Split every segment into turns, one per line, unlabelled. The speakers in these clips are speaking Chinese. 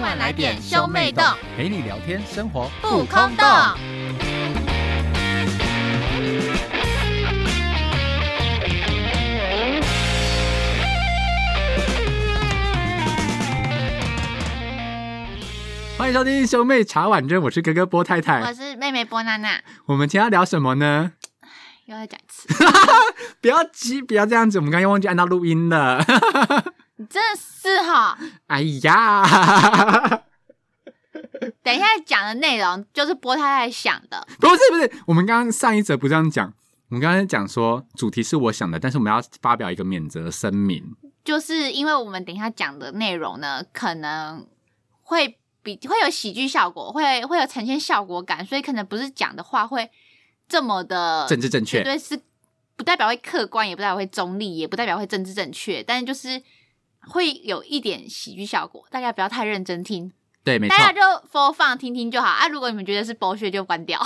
快来点兄妹洞，
陪你聊天，生活
不空洞。
欢迎收听兄妹茶碗蒸，我是哥哥波太
我
太。
是妹妹波娜娜，
我们今天要聊什么呢？
又再讲一次，
不要急，不要这样子，我们刚刚忘记按到录音了。
你真的是哈、
哎呀，
等一下讲的内容就是波太太想的，
不是不是，我们刚刚上一则不是这样讲，我们刚刚讲说主题是我想的，但是我们要发表一个免责声明。
就是因为我们等一下讲的内容呢，可能会比会有喜剧效果，会会有呈现效果感，所以可能不是讲的话会这么的
政治正
绝
确，
对是不代表会客观，也不代表会中立，也不代表会政治正确，但是就是会有一点喜剧效果，大家不要太认真听，
对，没错
大。家就 for 放听听就好啊。如果你们觉得是剥削，就 关掉。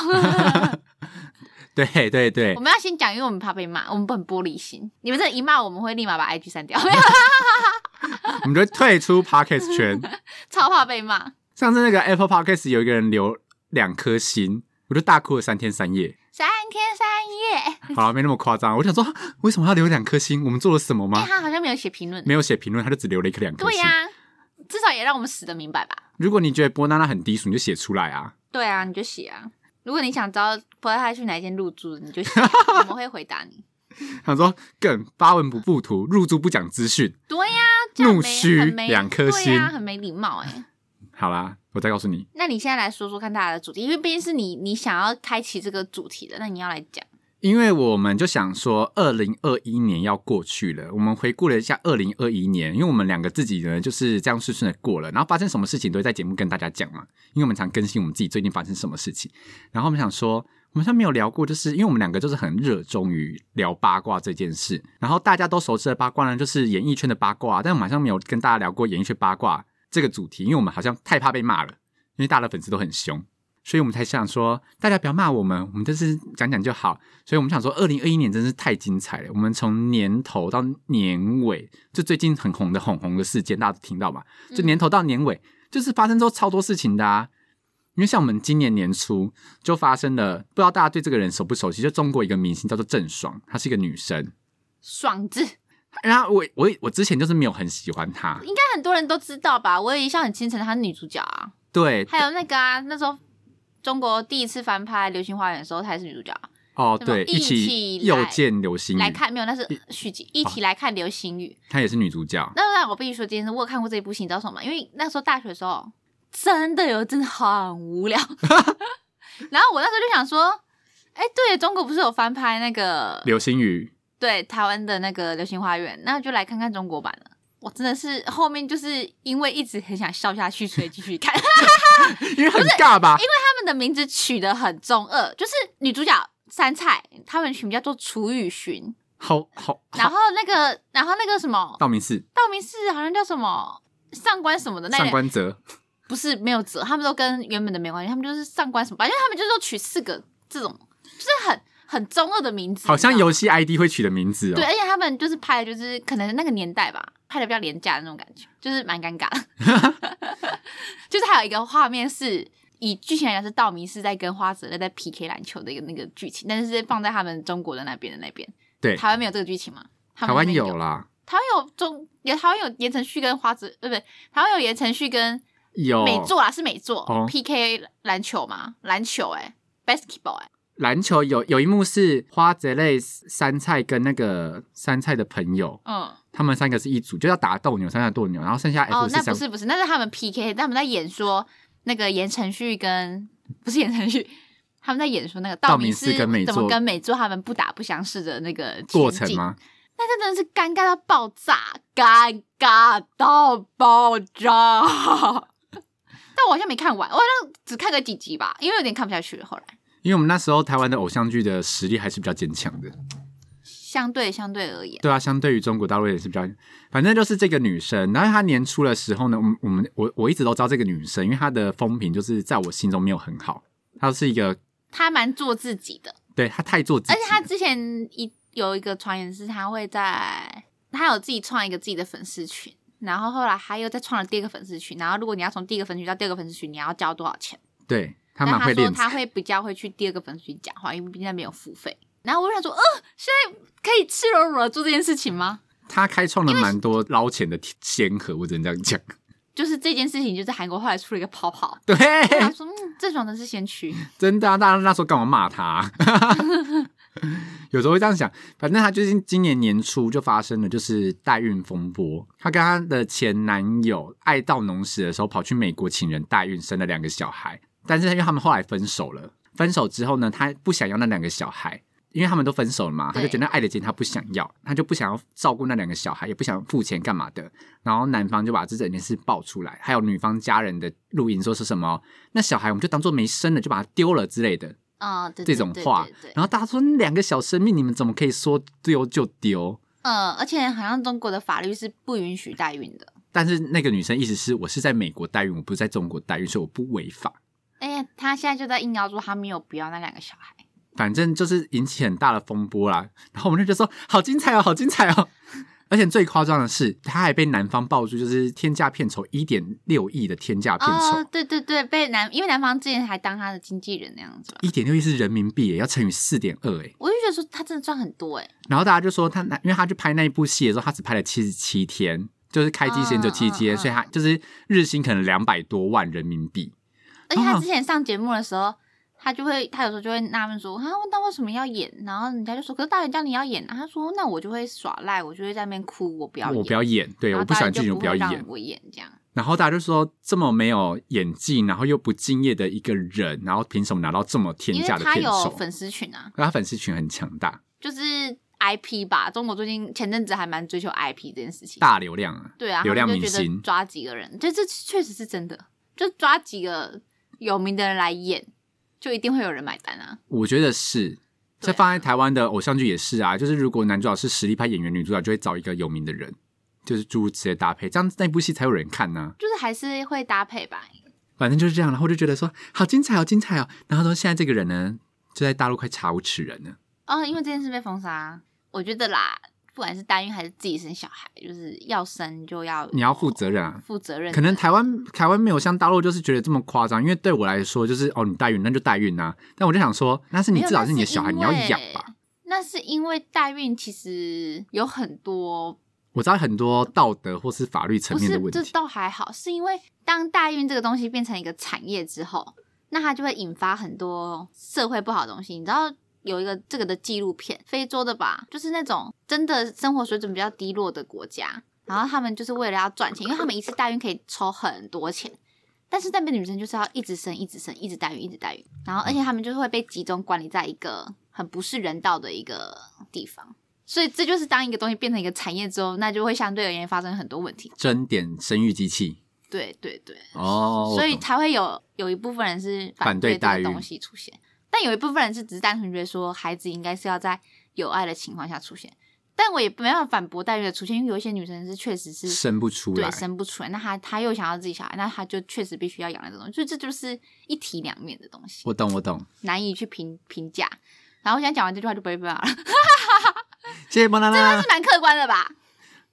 对对对
我，们要先讲，因为我们怕被骂，我们不很玻璃心。你们这一骂，我们会立马把 IG 删掉，
我们就会退出 Podcast 圈。
超怕被骂。
上次那个 Apple Podcast 有一个人留两颗星，我就大哭了三天三夜。
三天三夜，
好了，没那么夸张。我想说，啊为什么要留两颗星？我们做了什么
哎、
吗？
他好像没有写评论。
没有写评论，他就只留了一颗两颗
对
星。
呀、至少也让我们死的明白吧。
如果你觉得波娜娜很低俗，你就写出来啊。
对啊，你就写啊。如果你想知道波太太去哪一间入住，你就 写，我们会回答你。
他说更发文不附图，入住不讲资讯。
对呀、这样
怒
没
须
很没
两颗
对
星
呀、很没礼貌哎、
好啦，我再告诉你，
那你现在来说说看大家的主题，因为毕竟是你你想要开启这个主题的，那你要来讲。
因为我们就想说，二零二一年要过去了，我们回顾了一下二零二一年，因为我们两个自己呢就是这样顺顺的过了，然后发生什么事情都会在节目跟大家讲嘛，因为我们常更新我们自己最近发生什么事情，然后我们想说。我们好像没有聊过，就是因为我们两个就是很热衷于聊八卦这件事，然后大家都熟知的八卦呢，就是演艺圈的八卦，啊但我们好像没有跟大家聊过演艺圈八卦这个主题，因为我们好像太怕被骂了，因为大家的粉丝都很凶，所以我们才想说大家不要骂我们，我们就是讲讲就好。所以我们想说，二零二一年真是太精彩了。我们从年头到年尾，就最近很红的很红的事件，大家都听到嘛？
嗯
就年头到年尾，就是发生之后超多事情的啊。因为像我们今年年初就发生了，不知道大家对这个人熟不熟悉？就中国一个明星叫做郑爽，她是一个女生。
爽字，应
然后我我我之前就是没有很喜欢她，
该很多人都知道吧？我也一向很倾城她是女主角啊，
对，
还有那个啊，那时候中国第一次翻拍《流星花园》的时候，她也是女主角啊。
哦
什么
对，一
一
起
起来
又见流星雨
来，看没有？那是续集，一起来看《流星雨》
她也是女主角。
那那我必须说这件事，我有看过这一部戏，你知道什么吗？因为那时候大学的时候，真的有真的很无 聊。然后我那时候就想说，哎、对，中国不是有翻拍那个
流星雨
对台湾的那个《流星花园》，那就来看看中国版了。我真的是后面就是因为一直很想笑下去，所以继续看。他
因为很尬吧？
们的名字取得很中二，就是女主角杉菜，他们取名叫做楚雨荨，
好好
然
好，
后那个，然后那个什么
道明寺
道明寺好像叫什么上官什么的那
上
人，
官泽，
不是没有折，他们都跟原本的没关系，他们就是上官什么，反正他们就是都取四个这种，就是很很中二的名字，
好像
你知道吗
游戏 ID 会取的名字
对，
哦。
而且他们就是拍的，就是可能那个年代吧，拍的比较廉价的那种感觉，就是蛮尴尬 的。就是还有一个画面是以剧情来讲是道明寺在跟花泽类在 PK 篮球的一个那个剧情，但是放在他们中国的那边的那边，
对，
台湾没有这个剧情吗？他们那
台湾
边有
有啦，
台湾有中也台湾有言承旭跟花泽，呃对不对？台湾有言承旭跟
有
美作啊啦，是美作、
哦
PK 篮球嘛，篮球哎、basketball 哎、
篮球有有一幕是花泽类、杉菜跟那个杉菜的朋友，
嗯，
他们三个是一组，就要打斗牛，三下斗牛，然后剩下 F
哦，
是
那
三
不，是不是，那是他们 PK，他们在演说那个言承旭跟不是言承旭，他们在演说那个
道
明
明寺跟美
怎
作
么跟美作他们不打不相识的那个情
过程
景？
吗？
那这真的是尴尬到爆炸，尴尬到爆炸。 但我好像没看完，我好像只看个几集吧，因为有点看不下去了。后来
因为我们那时候台湾的偶像剧的实力还是比较坚强的，
相对相对而言，
对啊，相对于中国大陆也是比较，反正就是这个女生。然后她年初的时候呢，我们我们我我一直都知道这个女生，因为她的风评就是在我心中没有很好，她是一个
他蛮做自己的。
对她太做自己
而
了，
且他之前一有一个传言是他会在，他有自己创一个自己的粉丝群，然后后来他又再创了第二个粉丝群，然后如果你要从第一个粉丝群到第二个粉丝群，你要交多少钱？
对他
但
蛮
他
会
说
练
他
财，
会比较会去第二个粉丝群讲话，因为毕竟那边有付费。然后我就想说，呃，现在可以赤裸裸的做这件事情吗？
他开创了蛮多捞钱的先河，我只能这样讲。
就是这件事情，就在韩国后来出了一个泡 泡。
对，
我想说，嗯，这种的是先驱，
真的啊！大家那时候干嘛骂他、啊？有时候会这样想，反正他最近今年年初就发生了就是代孕风波。她跟她的前男友爱到浓时的时候，跑去美国请人代孕，生了两个小孩。但是因为他们后来分手了，分手之后呢，她不想要那两个小孩，因为他们都分手了嘛，她就觉得爱的钱她不想要，她就不想要照顾那两个小孩，也不想付钱干嘛的。然后男方就把这整件事爆出来，还有女方家人的录音说是什么，那小孩我们就当做没生了，就把它丢了之类的。
嗯，对
这
对
种
对
话
对对
然后大家说两个小生命，你们怎么可以说丢就丢？
嗯，而且好像中国的法律是不允许代孕的。
但是那个女生意思是我是在美国代孕，我不是在中国代孕，所以我不违法。
哎呀，他现在就在硬要说他没有不要那两个小孩，
反正就是引起很大的风波啦。然后我们就觉得说好精彩哦，好精彩哦。 而且最夸张的是，她还被男方爆出就是天价片酬一点六亿的天价片酬
哦，，对对对，被男因为男方之前还当他的经纪人那样子嘛，
一点六亿是人民币耶，要乘以四点二哎。
我就觉得说他真的赚很多哎、
然后大家就说他，因为他去拍那一部戏的时候，他只拍了七十七天，就是开机时间只有七十七天，
嗯嗯嗯
所以他就是日薪可能两百多万人民币。
而且他
啊
之前上节目的时候，他就会他有时候就会纳闷说，他问他为什么要演，然后人家就说，可是导演叫你要演啊，他说那我就会耍赖，我就会在那边哭，我不要演，
我不要演，对，
然
我
后
不喜
导演
欢剧
就
情，我
不
不要
会让
演。
我演这样。
然后大家就说这么没有演技，然后又不敬业的一个人，然后凭什么拿到这么天
因为
价的
他
片
有
酬？
粉丝群啊，
那他粉丝群很强大，
就是 IP 吧。中国最近前阵子还蛮追求 IP 这件事情，
大流量啊！
对啊，
流量
他们就觉
明
得
星
抓几个人，这这确实是真的，就抓几个有名的人来演，就一定会有人买单啊。
我觉得是。
对啊
这放在台湾的偶像剧也是啊，就是如果男主角是实力派演员，女主角就会找一个有名的人，就是诸如此类的搭配，这样那部戏才有人看呢、
就是还是会搭配吧，
反正就是这样，然后我就觉得说好精彩，好精彩哦。然后说现在这个人呢，就在大陆快查无此人了。
哦，因为这件事被封杀，我觉得啦，不管是代孕还是自己生小孩，就是要生就要
你要负责任啊。
负责任的，
可能台湾台湾没有像大陆就是觉得这么夸张，因为对我来说就是哦，你代孕那就代孕啊。但我就想说，那是你
没有
至少
那
是你的小孩，
因
你要养
为
吧。
那是因为代孕其实有很多
我知道很多道德或是法律层
不
面
是
的问
这
题，
倒还好，是因为当代孕这个东西变成一个产业之后，那它就会引发很多社会不好的东西。你知道有一个这个的纪录片，非洲的吧，就是那种真的生活水准比较低落的国家，然后他们就是为了要赚钱，因为他们一次代孕可以抽很多钱。但是那边的女生就是要一直生、一直生、一直代孕、一直代孕，然后而且他们就是会被集中管理在一个很不是人道的一个地方，所以这就是当一个东西变成一个产业之后，那就会相对而言发生很多问题。
争点生育机器
对对对，
哦。
所
我
以
懂
才会有有一部分人是
反对
对
代
这
孕
个东西出现，但有一部分人是只是单纯觉得说孩子应该是要在有爱的情况下出现，但我也没办法反驳代孕的出现，因为有一些女生是确实是
生不出来
对，生不出来，那她她又想要自己小孩，那她就确实必须要养那种东西，所以这就是一体两面的东西，
我懂我懂。
难以去评评价。然后我想讲完这句话就不会被骂了，
谢谢波娜娜
是。蛮客观的吧？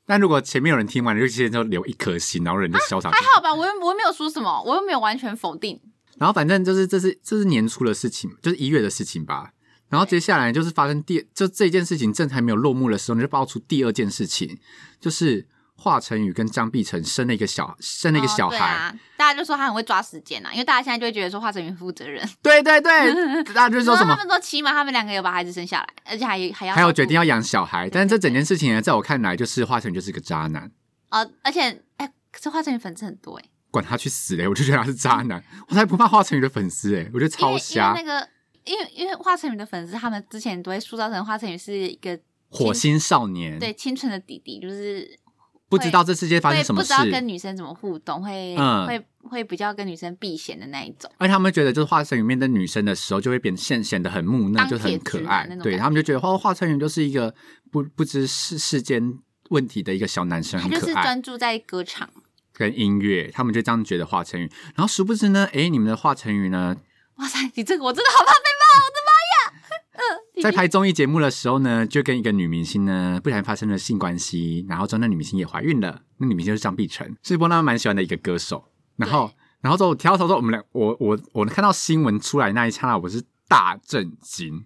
但如果前面有人听完，就先就留一颗心，然后人就潇洒。
啊还好吧，我又我又没有说什么，我又没有完全否定。
然后反正就是这是这是年初的事情，就是一月的事情吧。然后接下来就是发生第就这件事情正还没有落幕的时候，你就爆出第二件事情，就是华晨宇跟张碧晨生了一个小生了一个小
哦对
孩。
啊，大家就说他很会抓时间呐、啊因为大家现在就会觉得说华晨宇负责任，
对 对对，大家就说
然
什
后
么
啊他们说起码他们两个有把孩子生下来，而且还还要
还有
照顾
决定要养小孩，但是这整件事情呢，在我看来就是华晨宇就是个渣男，
哦，而且哎、可是华晨宇粉丝很多哎、
管他去死嘞！我就觉得他是渣男， 我才不怕华晨宇的粉丝哎，我觉得
因为
超
因
瞎
为那。个因为因为华晨宇的粉丝他们之前都会塑造成华晨宇是一个
火星少年，
对清纯的弟弟，就是
不知道这世界发生
会
什
不
么
知
事，
道跟女生怎么互动，会、
嗯
会会比较跟女生避嫌的那一种。
而且他们觉得，就是华晨宇面对女生的时候，就会变显显得很木讷，
当
就是很可
铁
爱
直男那。种
对
感觉
他们就觉得，哦，华晨宇就是一个不不知世世间问题的一个小男生，
他
很
就是
可爱，
专注在歌唱，
跟音乐，他们就这样觉得华晨宇。然后殊 不知呢，诶，你们的华晨宇呢，
哇塞，你这个我真的好怕被骂，我的妈呀！嗯，
在拍综艺节目的时候呢，就跟一个女明星呢不小心发生了性关系，然后之后那女明星也怀孕了，那女明星就是张碧晨，是波娜蛮喜欢的一个歌手。然后
对，
然后之后我听到他说我们俩，我我我看到新闻出来那一刹那，我是大震惊。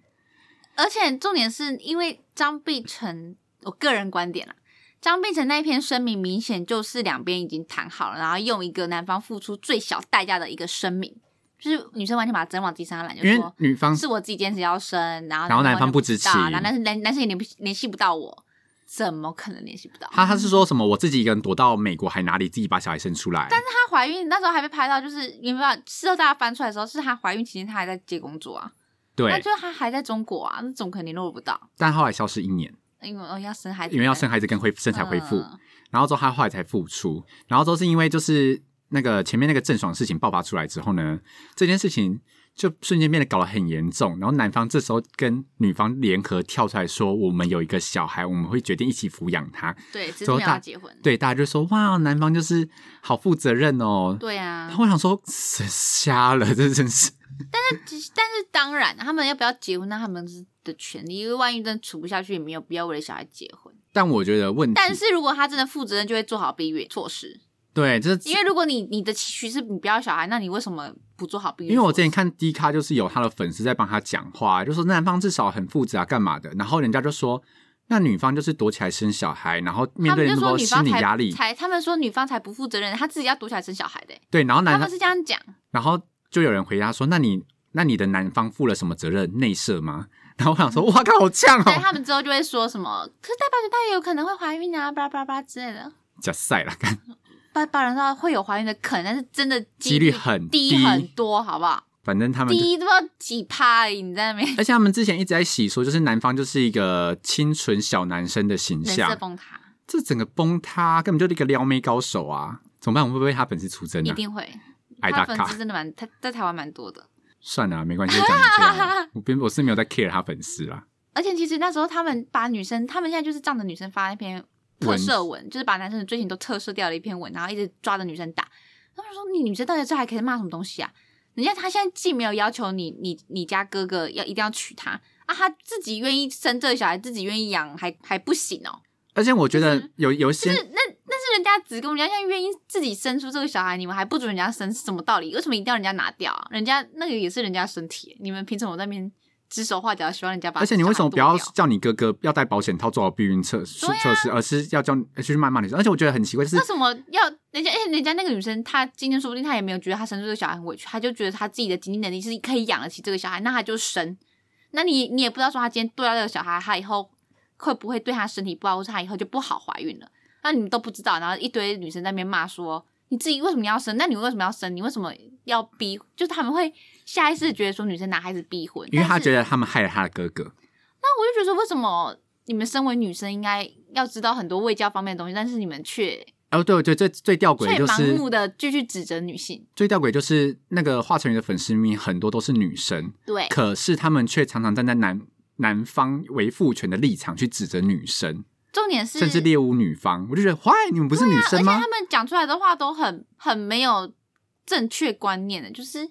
而且重点是因为张碧晨，我个人观点啦，张碧晨那一篇声明明显就是两边已经谈好了，然后用一个男方付出最小代价的一个声明，就是女生完全把针往自己身上揽，就
因为
说
女方
是我自己坚持要生，然后
然后男
男
方不
知
知
道
情
然后男生男男生也联不联系不到我，怎么可能联系不到？
她她是说什么我自己一个人躲到美国还哪里自己把小孩生出来，
但是她怀孕那时候还被拍到，就是你不知道事后大家翻出来的时候，是她怀孕期间她还在接工作啊，那
对，
就她还在中国啊，那怎么可能联络不到？
但后来消失一年，
因为哦要生孩子，
因为要生孩子跟恢复身材恢复，
嗯
然后之后他后来才复出，然后之后是因为就是那个前面那个郑爽事情爆发出来之后呢，这件事情就瞬间变得搞得很严重，然后男方这时候跟女方联合跳出来说，我们有一个小孩，我们会决定一起抚养他，
对，只是
走
没有
大
要结婚。
对，大家就说哇，男方就是好负责任哦。
对啊
然，后我想说，是瞎了，这真是。
只是但是当然，他们要不要结婚，那他们是的权利，因为万一真的处不下去，也没有必要为了小孩结婚。
但我觉得问题，
但是如果他真的负责任，就会做好避孕措施。
对，就是
因为如果你你的期许是你不要小孩，那你为什么不做好避孕？
因为我之前，看 D 咖，就是有他的粉丝在帮他讲话，就说男方至少很负责啊，干嘛的？然后人家就说，那女方就是躲起来生小孩，然后面
他
对
们就
那
说
么多
女
心
方
理
才
压力，
才他们说女方才不负责任，她自己要躲起来生小孩的、
对，然后
他
男
们
方，
是这样 讲。
然后就有人回答说，那你那你的男方负了什么责任？内射吗？ 然后我想说，哇靠，好呛
嗯对
哦，
他们之后就会说什么，可是戴保险带也有可能会怀孕啊，巴拉巴拉巴拉之类的。
假赛了，干
八八人道会有怀孕的可能，但是真的
几率很
低很多，好不好？
反正他们就。
低都不知道几趴而已，你 在那边
而且他们之前一直在洗说，就是男方就是一个清纯小男生的形
人设
象，
崩塌，
这整个崩塌，根本就是一个撩妹高手啊！怎么办？我们会不会被他粉丝出征
一
呢、
定会。
嗯爱
他
打
粉
卡
丝真的蛮，他在台湾蛮多的。
算了，没关系，就讲成这样 了。我并我是没有在 care 他粉丝啦。
而且其实那时候他们把女生，他们现在就是仗着女生发那篇特色文，就是把男生的追求都特色掉了一篇文，然后一直抓着女生打。他们说你女生到底这还可以骂什么东西啊？人家他现在既没有要求你，你你家哥哥要一定要娶她啊，他自己愿意生这个小孩，自己愿意养，还还不行哦。
而且我觉得有有一
就
些
是那那是人家子宫，人家现在愿意自己生出这个小孩，你们还不准人家生，是什么道理？为什么一定要人家拿掉啊？人家那个也是人家身体，你们凭什么在那边指手画脚，希望人家把？
而且你为什么不要
小孩
叫你哥哥要戴保险套做好避孕测试
对啊
测试，而是要叫呃去谩骂女生？而且我觉得很奇怪，就是
剁掉为什么要人家？而且人家那个女生，她今天说不定她也没有觉得她生出这个小孩很委屈，她就觉得她自己的经济能力是可以养得起这个小孩，那她就生。那你你也不知道说她今天对到这个小孩，她以后会不会对她身体不好，或者她以后就不好怀孕了？那你们都不知道，然后一堆女生在那边骂说你自己为什么要生？那你为什么要生？你为什么要逼？就是他们会下意识地觉得说女生拿孩子逼婚，
因为他觉
得，
得他们害了他的哥哥。
那我就觉得说为什么你们身为女生应该要知道很多卫教方面的东西，但是你们却
哦，对，我觉得最最吊诡
却
的就
盲
是
目的继续指责女性。
最吊诡就是那个华晨宇的粉丝明明很多都是女生，
对，
可是他们却常常站在男男方为父权的立场去指责女生，
重点是，啊
甚至猎污女方。我就觉得，坏，你们不是女
而且
生吗
他？们讲出来的话都很很没有正确观念的，就是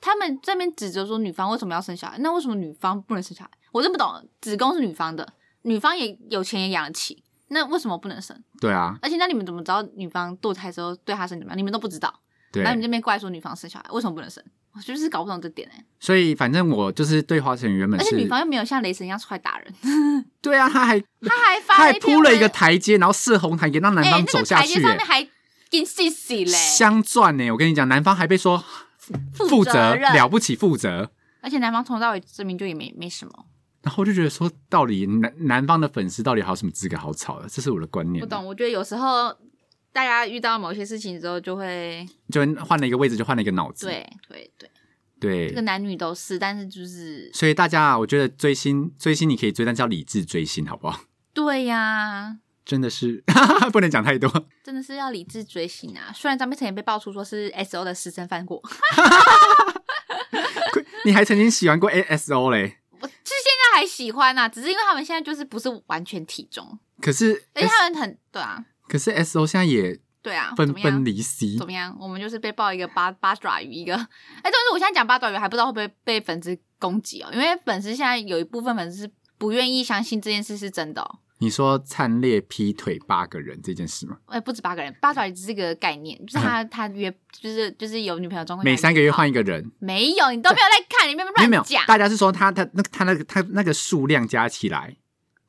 他们这边指责说女方为什么要生小孩，那为什么女方不能生小孩？我真不懂，子宫是女方的，女方也有钱也养得起，那为什么不能生？
对啊，
而且那你们怎么知道女方堕胎的时候对她身体怎么样？你们都不知道，
对啊
然后。你们这边怪说女方生小孩，为什么不能生？我就是搞不懂这点哎、
所以反正我就是对华晨宇原本
而且女
是，
方又没有像雷神一样出来打人，
对啊，他还
她还
他
发
还
了一篇
铺了一个
文
台阶，然后射红毯，也让男
哎
方
那
走
个
下
台阶
去、
上
欸，
面还跟细细嘞，
镶钻欸呢、我跟你讲，男方还被说负责
任
了不起负责，
而且男方从头到尾证明就也没没什么，
然后我就觉得说，到底男男方的粉丝到底还有什么资格好吵啊的？这是我的观念，
不，懂。我觉得有时候大家遇到某些事情之后，就会
就换了一个位置，就换了一个脑子，
对对对，
对
这个男女都是，但是就是
所以大家啊，我觉得追星追星你可以追，但是要理智追星，好不好？
对呀、
真的是 不能讲太多，
真的是要理智追星啊。虽然张碧晨也被爆出说是 S O 的私生饭过，
你还曾经喜欢过 ASO 嘞，
我是现在还喜欢啊，只是因为他们现在就是不是完全体中，
可是
而且他们很对啊，
可是 S O 现在也
对啊，
分
怎么样
崩离析
怎。么样？我们就是被爆一个八八爪鱼，一个哎，但是我现在讲八爪鱼还不知道会不会被粉丝攻击哦，因为粉丝现在有一部分粉丝不愿意相信这件事是真的哦。
你说灿烈劈腿八个人这件事吗？
哎，不止八个人，八爪鱼只是个概念，就是他他约就是就是有女朋友的状况，
嗯每三个月换一个人，
没有，你都没有在看，你没有
没有
乱
没有
讲，。
大家是说他他那他那个他那个数量加起来，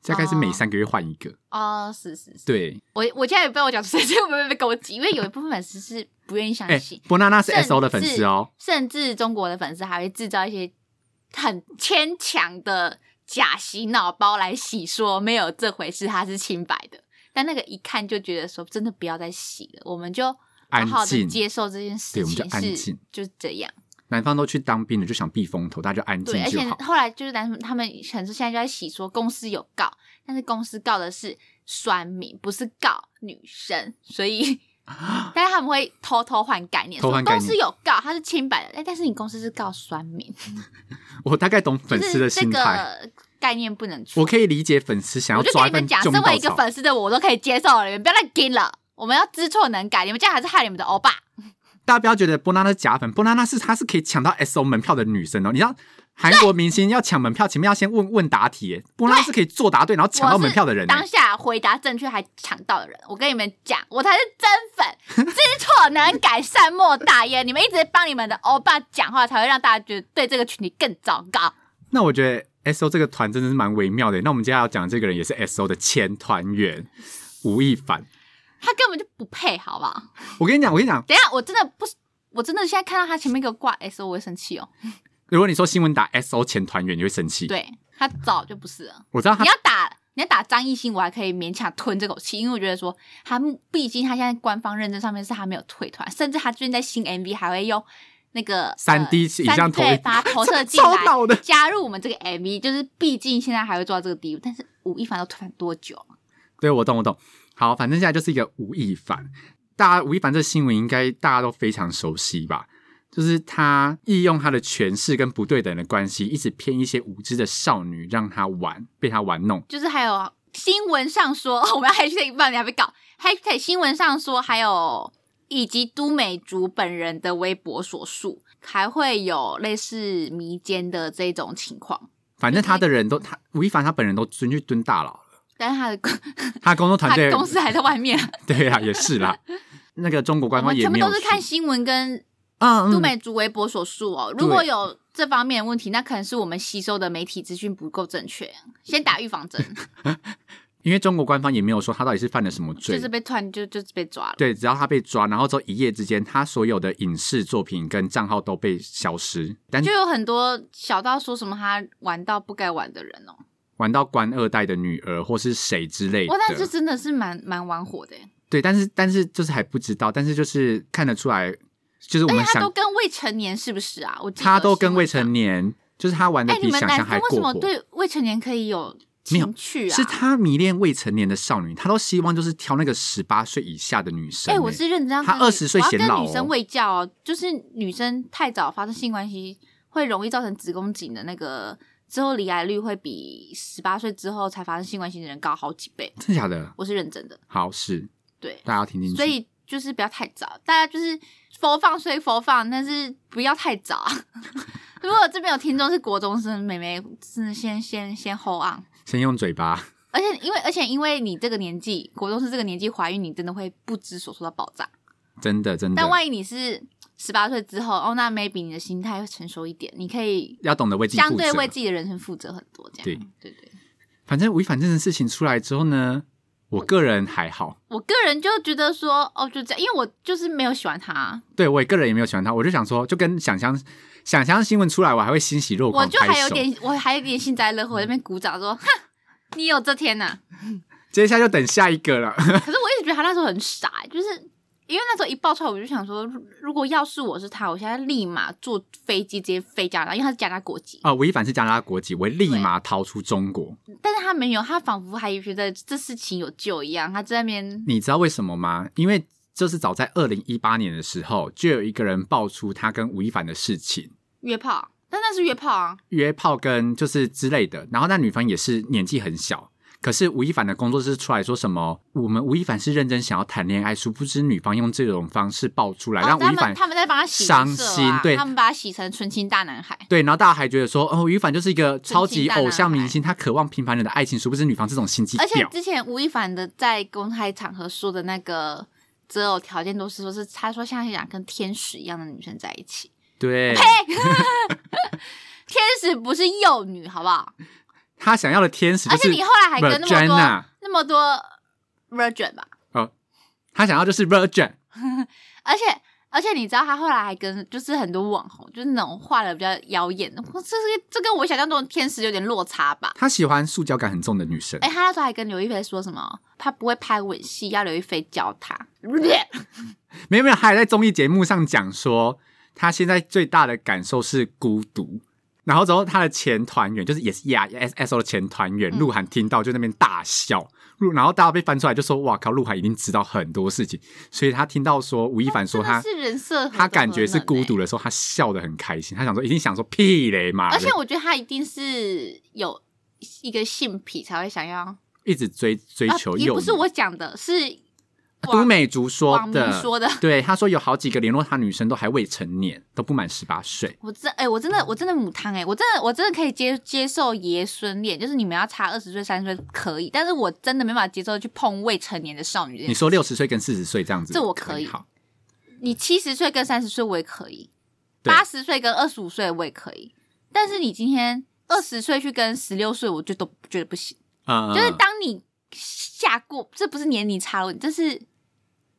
大概是每
哦
三个月换一个。
哦，是是是，
对，
我我现在也被我讲出来，所以我会被攻击，因为有一部分粉丝啊是不愿意相
哎、
信，
伯娜娜是
甚
S O 的粉丝哦，
至甚至中国的粉丝还会制造一些很牵强的假洗脑包来洗说没有这回事，他是清白的。但那个一看就觉得说，真的不要再洗了，我们就好
安
好的
静
接受这件事
对我们就
情
安
是
静
就是这样。
男方都去当兵了，就想避风头，大家就安
对，
静
而
就
且
好。
后来就是男他们很多现在就在洗说公司有告，但是公司告的是酸民，不是告女生，所 以但是他们会偷偷换概念，
偷换
说
概
公司
念
有告，他是清白的，哎但但是你公司是告酸民，
我大概懂
就
粉丝的
是这
心态，
个概念不能出。
我可以理解粉丝想
我就
要
跟
抓
你
一份
们讲，
救
身
命
为
稻
一个
草。
粉丝的我，我都可以接受了，你们不要再跟了。我们要知错能改，你们这样还是害你们的欧巴。
大家不要觉得波娜娜假粉，波娜娜是她是可以抢到 S O 门票的女生哦。你知道韩国明星要抢门票，前面要先问问答题耶，波娜娜是可以作答对，然后抢到门票的人耶。
当下回答正确还抢到的人，我跟你们讲，我才是真粉，知错能改，善莫大焉。你们一直帮你们的欧巴讲话，才会让大家觉得对这个群体更糟糕。
那我觉得 S O 这个团真的是蛮微妙的。那我们接下来要讲的这个人也是 S O 的前团员吴亦凡。
他根本就不配，好不好？
我跟你讲，我跟你讲，
等一下，我真的不，我真的现在看到他前面给我挂 S，我会生气哦。
如果你说新闻打 S O 前团员，你会生气。
对他早就不是了。
我知道他
你要打你要打张艺兴，我还可以勉强吞这口气，因为我觉得说他目毕竟他现在官方认证上面是他没有退团，甚至他最近在新 MV 还会用那个
3D
呃
影像投
对
影
把它投射进
超
来。
闹的。
加入我们这个 MV，就是毕竟现在还会做到这个地步，但是吴亦凡都退团多久了？
对，我懂，我懂。好，反正现在就是一个吴亦凡。大家吴亦凡这新闻应该大家都非常熟悉吧？就是他利用他的权势跟不对等的关系，一直骗一些无知的少女让他玩，被他玩弄。
就是还有新闻上说， 我们要 hashtag 不然你还被搞 hashtag 新闻上说，还有以及都美竹本人的微博所述，还会有类似迷奸的这种情况，
反正他的人都他吴亦凡他本人都蹲去蹲大牢了，
但是他的
他工作团
他
队
公司还在外面，
对啊也是 啦。那个中国
我
官方
们
也
全部
没有
都是
去
看新闻跟
嗯
杜
嗯，
美竹微博所述哦。如果有这方面的问题，那可能是我们吸收的媒体资讯不够正确，先打预防针，
因为中国官方也没有说他到底是犯了什么罪，
就是被突然就就是被抓了。
对，只要他被抓，然后之后一夜之间，他所有的影视作品跟账号都被消失，但
就有很多小到说什么他玩到不该玩的人哦，
玩到官二代的女儿或是谁之类的。
哇，那这真的是蛮蛮玩火的耶，
对，但是但是就是还不知道，但是就是看得出来，就是
而
我
且
们
他
想
哎都跟未成年是不是啊？我记得
他都跟
新闻
未
上
成年，就是他玩的
哎，你
比
们
想
男
象
生
还
为什么
过火。
对未成年可以有
没有
情趣啊？
是他迷恋未成年的少女，他都希望就是挑那个十八岁以下的女
哎、
生欸、
我是认真这样
他
跟你
20岁
我要
显
跟
老
女生
哦
喂教哦，就是女生太早发生性关系，会容易造成子宫颈的那个之后离癌率会比十八岁之后才发生性关系的人高好几倍。
真的假的？
我是认真的，
好是，
对，
大家要听进去。
所以就是不要太早，大家就是佛放虽佛放，但是不要太早 啊。如果这边有听众是国中生，妹妹真的先先先 hold on。
先用嘴巴，
而且因为而且因为你这个年纪，国中生这个年纪怀孕，你真的会不知所措到爆炸。
真的真的
但，万一你是十八岁之后，哦，那 maybe 你的心态会成熟一点，你可以
要懂得为自己
相
负责。
对为自己的人生负责很多，这样。对
对
对，
反正吴亦凡这件事情出来之后呢，我个人还好，
我个人就觉得说，哦，就这样，因为我就是没有喜欢他，
对我也个人也没有喜欢他，我就想说，就跟想象想象新闻出来，我还会欣喜若
我
狂
就
拍
还有
手。
点，我还有点幸灾乐祸，在那边鼓掌说，哼，你有这天 呐、
接下来就等下一个了，
可是我一直觉得他那时候很傻、欸就是因为那时候一爆出来，我就想说，如如果要是我是他，我现在立马坐飞机直接飞加拿大，因为他是加拿大国籍。
啊、吴亦凡是加拿大国籍，我立马逃出中国。
但是他没有，他仿佛还觉得这事情有救一样，他在那边
你知道为什么吗？因为就是早在二零一八年的时候，就有一个人爆出他跟吴亦凡的事情，
约炮，但那是约炮啊，
约炮跟就是之类的，然后那女方也是年纪很小，可是吴亦凡的工作室出来说什么，我们吴亦凡是认真想要谈恋爱，殊不知女方用这种方式爆出来，让
哦、他
吴亦
们
凡
他们在帮他洗
伤
色啊
心，对
他们把他洗成纯情大男孩，
对，然后大家还觉得说，哦，吴亦凡就是一个超
纯
级
情大男
偶像明星，他渴望平凡人的爱情，殊不知女方这种心机
而且
婊。
之前吴亦凡的在公开场合说的那个择偶条件都是说是他说像想跟天使一样的女生在一起，
对，
天使不是幼女，好不好？
他想要的天使就
而且
是
你后来还跟那么
Virginia
多那么多 virgin 吧，
哦他想要就是 virgin，
而且而且你知道他后来还跟就是很多网红，就是那种画的比较妖艳的，我这是这跟我想象中的天使有点落差吧。
他喜欢塑胶感很重的女生
哎、。他那时候还跟刘亦菲说什么，他不会拍吻戏，要刘亦菲教他。
没有没有，他还在综艺节目上讲说，他现在最大的感受是孤独。然后之后，他的前团员就是也是 E R S S O 的前团员
嗯
鹿晗听到就在那边大笑，鹿然后大家被翻出来就说：“哇靠，鹿晗一定知道很多事情。”所以他听到说吴亦凡说
真的
他
是人设，
他感觉是孤独。的时候，他笑得很开心。他想说一定想说屁嘞嘛，
而且我觉得他一定是有一个性癖才会想要，啊
一直追追求
也
幼
不
女。
是我讲的，是
都美竹说
网民
的，
说的。
对他说有好几个联络他女生都还未成年，都不满十八岁。
我真哎、我真的我真的母汤哎、我真的我真的可以接接受爷孙恋，就是你们要差二十岁三十岁可以，但是我真的没办法接受去碰未成年的少女这件
你
事。
说六十岁跟四十岁这样子，
这我
可
可以
好，
你七十岁跟三十岁我也可以，
对
八十岁跟二十五岁我也可以，但是你今天二十岁去跟十六岁，我就都觉得不行。
呃，
就是当你下过，这不是年龄差的问题，这是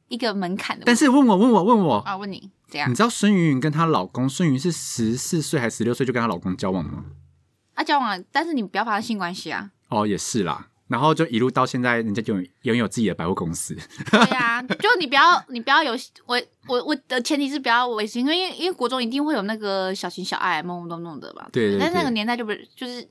一个门槛的
但
问题。
是问嗯我问我问我，
啊，问你怎样
你？知道孙芸芸跟她老公孙芸是十四岁还是十六岁就跟她老公交往吗？
啊，交往了，但是你不要发生性关系 啊。
哦，也是啦。然后就一路到现在，人家就有拥有自己的百货公司。
对啊，就你不要，你不要有我我我的前提是不要违心，因为因为国中一定会有那个小情小爱、懵懵懂懂的吧。
对对
但那
对
个年代就不是，就是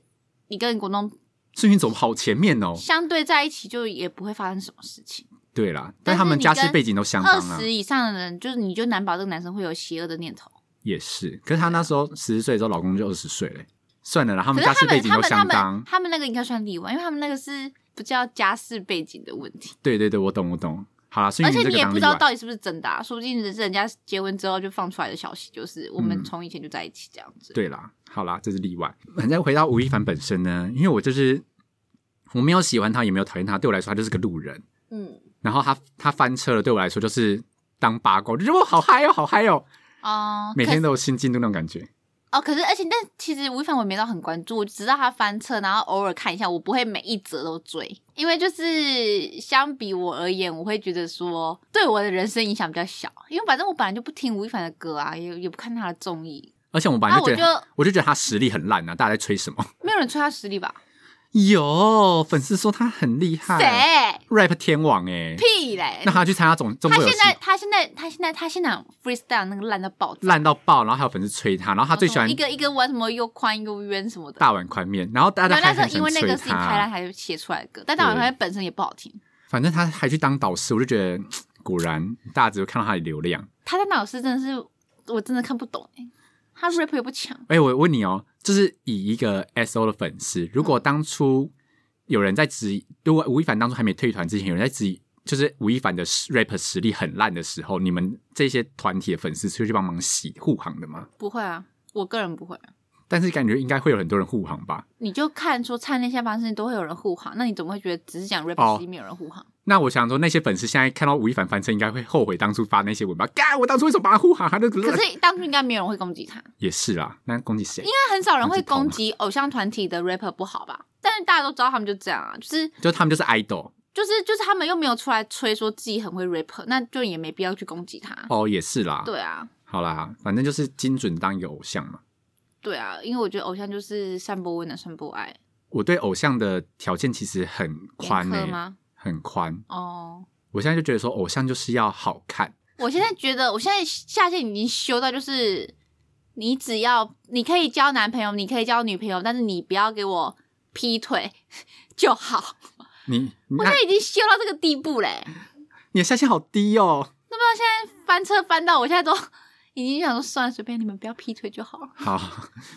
你跟国中
孙芸走好前面哦。
相对在一起，就也不会发生什么事情。
对啦，
但
但
是
他们
你
家世
跟
背景都相
二
当啊，
十以上的人，就是你就难保这个男生会有邪恶的念头。
也是。可是她那时候十四岁的时候，老公就二十岁嘞。算了啦，他
可
们
是
家
他
世背
们
景
他
都
们他
相
们
当。
他们那个应该算例外，因为他们那个是不叫家世背景的问题，
对对对，我懂我懂。好啦，孙
而且
芸芸这
你
个
也
当
不
例
知道
外。
到底是不是真的、啊，说不定是人家结婚之后就放出来的消息，就是我们
嗯
从以前就在一起这样子。
对啦，好啦，这是例外。反正回到吴亦凡本身呢，因为我就是我没有喜欢他，也没有讨厌他，对我来说他就是个路人。
嗯，
然后他他翻车了，对我来说就是当八卦，我就觉得我好嗨哦，好嗨哦，
哦、
每
可
天都有新进度那种感觉。
哦，可是而且但其实吴亦凡我也没到很关注，我只知道他翻车，然后偶尔看一下，我不会每一则都追，因为就是相比我而言，我会觉得说对我的人生影响比较小，因为反正我本来就不听吴亦凡的歌啊，也也不看他的综艺，
而且我本
那、
来
啊、
就
我
觉
就
得，我就觉得他实力很烂啊，大家在吹什么？
没有人吹他实力吧？
有粉丝说他很厉害
谁？
，rap 天王哎、
屁嘞！
那他去参加总中
他
国有
现
嘻
在他现在他现在他现在 freestyle 那个烂到爆炸，
烂到爆，然后还有粉丝吹他，然后他最喜欢
哦一个一个玩什么又宽又圆什么的。
大碗宽面，然后大
没
家
有那
还
时候
很
因为那
喜
个
欢
是
吹
台
他
湾。还写出来的歌，但大碗宽本身也不好听。
反正他还去当导师，我就觉得果然大家只有看到他的流量。
他的老师真的是我真的看不懂哎、他 rap 也不强，
哎、我问你哦，就是以一个 S O 的粉丝，
嗯
如果当初有人在质疑，如果吴亦凡当初还没退团之前，有人在质疑，就是吴亦凡的 rap 实力很烂的时候，你们这些团体的粉丝是会去帮忙洗护航的吗？
不会啊，我个人不会。
但是感觉应该会有很多人护航吧？
你就看说灿烂下发生都会有人护航，那你怎么会觉得只是讲 rap
哦
实力没有人护航？
那我想说，那些粉丝现在看到吴亦凡翻车，应该会后悔当初发那些文吧？嘎，我当初为什么把他护航？他那个
可是当初应该没有人会攻击他，
也是啦，那攻击谁？
那很少人
那
会
就痛啊
攻击偶像团体的 rapper 不好吧？但是大家都知道他们就这样啊，就是
就他们就是 idol
就是就是他们又没有出来吹说自己很会 rapper，那就也没必要去攻击他。
哦，也是啦。
对啊，
好啦，反正就是精准当一个偶像嘛。
对啊，因为我觉得偶像就是散播温暖、散播爱，
我对偶像的条件其实很
严
宽欸呢、
苛吗？
很宽。
哦，
我现在就觉得说，偶像就是要好看，
我现在觉得我现在下线已经修到就是，你只要你可以交男朋友，你可以交女朋友，但是你不要给我劈腿 就好。
你
我
那
现在已经修到这个地步嘞，
你的下限好低哦。
翻车翻到我现在都 已经想说算了，随便你们不要劈腿就好了。
好，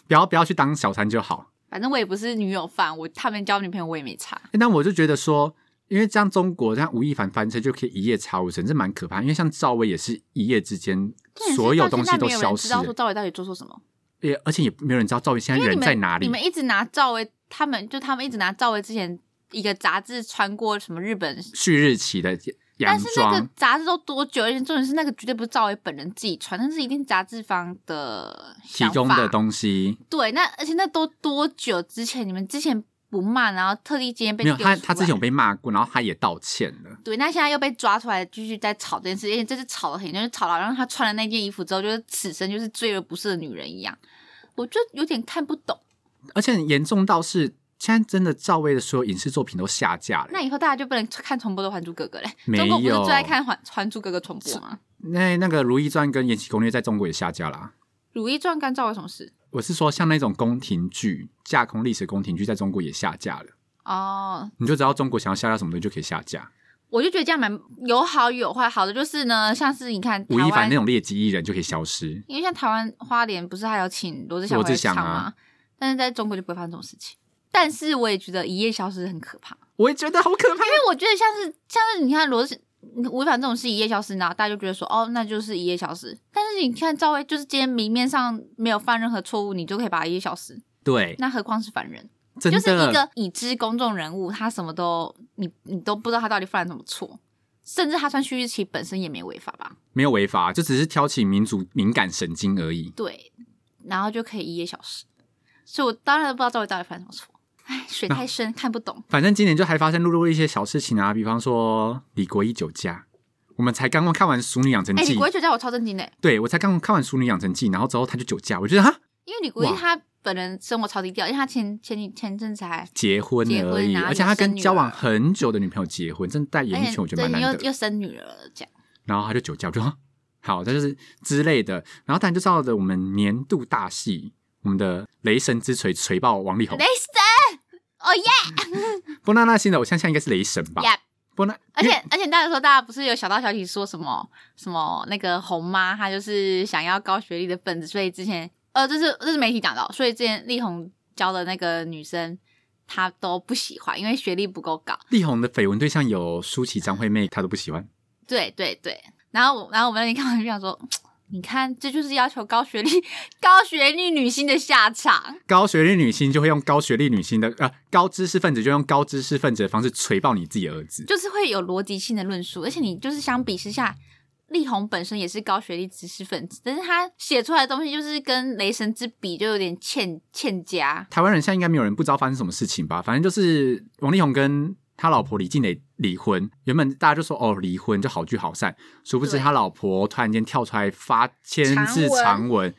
不要不要去当小三就好。
反正我也不是女友犯，我他们交女朋友我也没差。
那我就觉得说，因为像中国像吴亦凡翻车就可以一夜超神，这蛮可怕。因为像赵薇也是一夜之间
重点是
所有
到
东
现
西
在
都
没有人
消
知
失
道说
了，
赵薇到底做错什么，
也而且也没有人知道赵薇现
因
在
为你
人
们
在哪
你
里。
们一直拿赵薇，他们就他们一直拿赵薇之前一个杂志穿过什么日本
旭日起的洋
但是那个
装，
杂志都多久？而且重点是那个绝对不是赵薇本人自己穿，那是一定杂志方的
提
想
供
法
的东西
对，那而且那都多久之前？你们之前不骂，然后特地今天被
没有
丢
他，
出
他之前有
来
被骂过，然后他也道歉了。
对，那现在又被抓出来，继续在吵这件事，而且这次吵得很严重，就是吵到让她穿了那件衣服之后，就是此生就是罪而不赦的女人一样，我就有点看不懂。
而且严重到是现在真的赵薇的所有影视作品都下架了
那。以后大家就不能看重播的《还珠格格》嘞？
没
中国不是
有
最爱看《还还珠格格》重播吗？
那那个《如懿传》跟《延禧攻略》在中国也下架啦、啊
《如懿传》干赵薇什么事？
我是说，像那种宫廷剧、架空历史宫廷剧，在中国也下架了。
哦，
你就知道中国想要下架什么东西就可以下架。
我就觉得这样蛮有好有坏。好的就是呢，像是你看台
吴亦凡
湾
那，种劣迹艺人就可以消失。
因为像台湾花莲不是还有请罗志祥
罗志
回来唱
祥
吗？
啊
但是在中国就不会发生这种事情。但是我也觉得一夜消失很可怕，因
我也觉得好可怕。
为我觉得像是像是你看罗志吴亦凡这种事一夜消失，然后大家就觉得说哦，那就是一夜消失。但是你看赵薇，就是今天明面上没有犯任何错误，你就可以把他一夜消失，
对，
那何况是凡人？
真
就是一
的，
个已知公众人物，他什么都你你都不知道他到底犯了什么错，甚至他穿蓄日旗本身也没违法吧？
没有违法，就只是挑起民族敏感神经而已。
对，然后就可以一夜消失。所以我当然不知道赵薇到底犯了什么错，唉，水太深看不懂。
反正今年就还发生陆陆一些小事情啊，比方说李国一酒驾，我们才刚刚看完《熟女养成
哎、
记
李》国一酒驾我超震惊的，
对我才刚刚看完《熟女养成记》，然后之后他就酒驾，我觉得哈
因为李国一
哇
他本人生活超低调，因为他前前几前阵子还
结婚
结
了
婚
而已，
然后
而且他
有生
跟
女
交
儿
往很久的女朋友结婚，真的在演艺
而
圈我
且
觉得蛮
最近
难
又
得的。
哎又生女儿了，这样
然后他就酒驾，我就啊 好，这就是之类的。然后当然就照着我们年度大戏，我们的《雷神之锤》锤爆王力宏。
雷神，哦耶
波娜娜新的偶像像应该是雷神吧？
耶！
波娜，
而
因
且
为
而且那时候大家不是有小道消息说什么什么那个红妈她就是想要高学历的分子，所以之前呃这是这是媒体讲到，所以之前力宏教的那个女生她都不喜欢，因为学历不够高。
力宏的绯闻对象有舒淇、张惠妹，他都不喜欢。
对对对，然后我然后我们那天看完就想说，你看这就是要求高学历 高学历女星的下场。
高学历女星就会用高学历女星的呃高知识分子就用高知识分子的方式锤爆你自己的儿子。
就是会有逻辑性的论述，而且你就是相比之下，力宏本身也是高学历知识分子，但是他写出来的东西就是跟雷神之笔就有点欠欠佳。
台湾人现在应该没有人不知道发生什么事情吧？反正就是王力宏跟他老婆李静蕾离婚，原本大家就说哦离婚就好聚好散，殊不知
对
他老婆突然间跳出来发千字
长文
长文，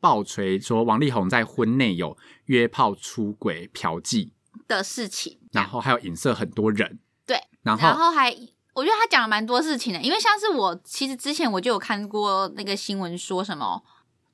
爆锤说王力宏在婚内有约炮、出轨、嫖妓，
的事情，
然后还有影射很多人。
对，
然
然
后
后还我觉得他讲了蛮多事情的，因为像是我其实之前我就有看过那个新闻说什么。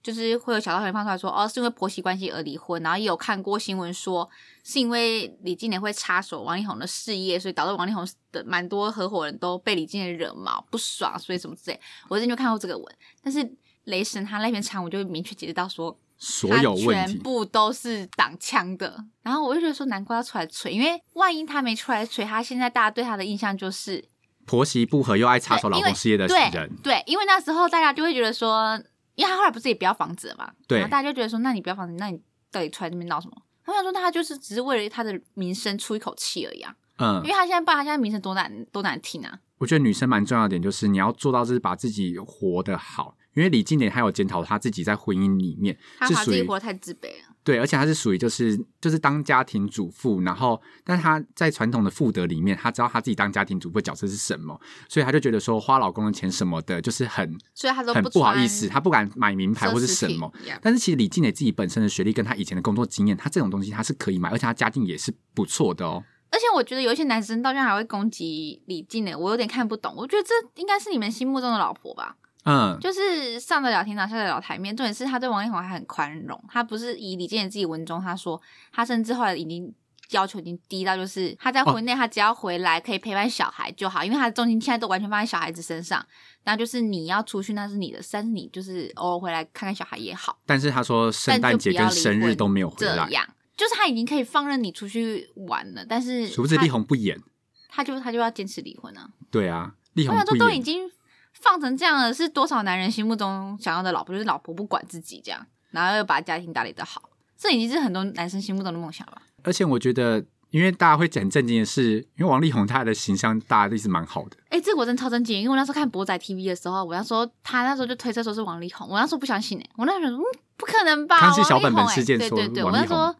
就是会有小道消息放出来说，哦，是因为婆媳关系而离婚，然后也有看过新闻说，是因为李金莲会插手王力宏的事业，所以导致王力宏的蛮多合伙人都被李金莲惹毛不爽，所以什么之类。我之前就看过这个文，但是雷神他那篇长文就明确解释到说，
所有
他
问
全
题，
部都是挡枪的。然后我就觉得说，难怪要出来锤，因为万一他没出来锤，他现在大家对他的印象就是
婆媳不和又爱插手
对
老
因
公
为
事业的
对
人，
对，因为那时候大家就会觉得说，因为他后来不是也不要房子了嘛，
对
然后大家就觉得说，那你不要房子，那你到底出来这边闹什么？我想说，那他就是只是为了他的名声出一口气而已啊，因
嗯
为，他现在不然他现在名声多难多难听啊，
我觉得女生蛮重要的点就是你要做到，就是把自己活得好。因为李静蕾还有检讨她自己在婚姻里面
他
是
把
属
自己
于
活得太自卑了。
对，而且她是属于就是就是当家庭主妇，然后但她在传统的妇德里面，她知道她自己当家庭主妇的角色是什么，所以她就觉得说花老公的钱什么的，就是很
所以他都
很
不
不好
穿
意思，她不敢买名牌或是什么。
奢侈品
但是其实李静蕾自己本身的学历跟她以前的工作经验，她这种东西她是可以买，而且她家境也是不错的哦。
而且我觉得有一些男生到现在还会攻击李静蕾，我有点看不懂。我觉得这应该是你们心目中的老婆吧，
嗯，
就是上得了厅堂，下得了台面。重点是他对王力宏还很宽容，他不是以李静蕾自己文中他说，他甚至后来已经要求已经低到就是他在婚内哦他只要回来可以陪伴小孩就好，因为他的重心现在都完全放在小孩子身上。然后就是你要出去那是你的事，但是你就是偶尔回来看看小孩也好，
但是她说圣
但
诞
就
节
不要
跟
离
生日
婚
都没有回
这
来，
样。就是他已经可以放任你出去玩了，但是
殊不知
他
力宏不演，
他就他就要坚持离婚啊！
对啊，力
我
宏
想
不
说都已
演，
经放成这样了，是多少男人心目中想要的老婆，就是老婆不管自己这样，然后又把家庭打理的好，这已经是很多男生心目中的梦想了吧。
而且我觉得，因为大家会讲震惊的是，因为王力宏他的形象大家都一直蛮好的，
哎、这个我真的超震惊，因为我那时候看博仔 TV 的时候，我那时候他那时候就推测说是王力宏，我那时候不相信哎、我那时候想说嗯不可能吧，
他是小
王力
本本
宏欸
事件
对
说
对对，
王
我
力
那时候
宏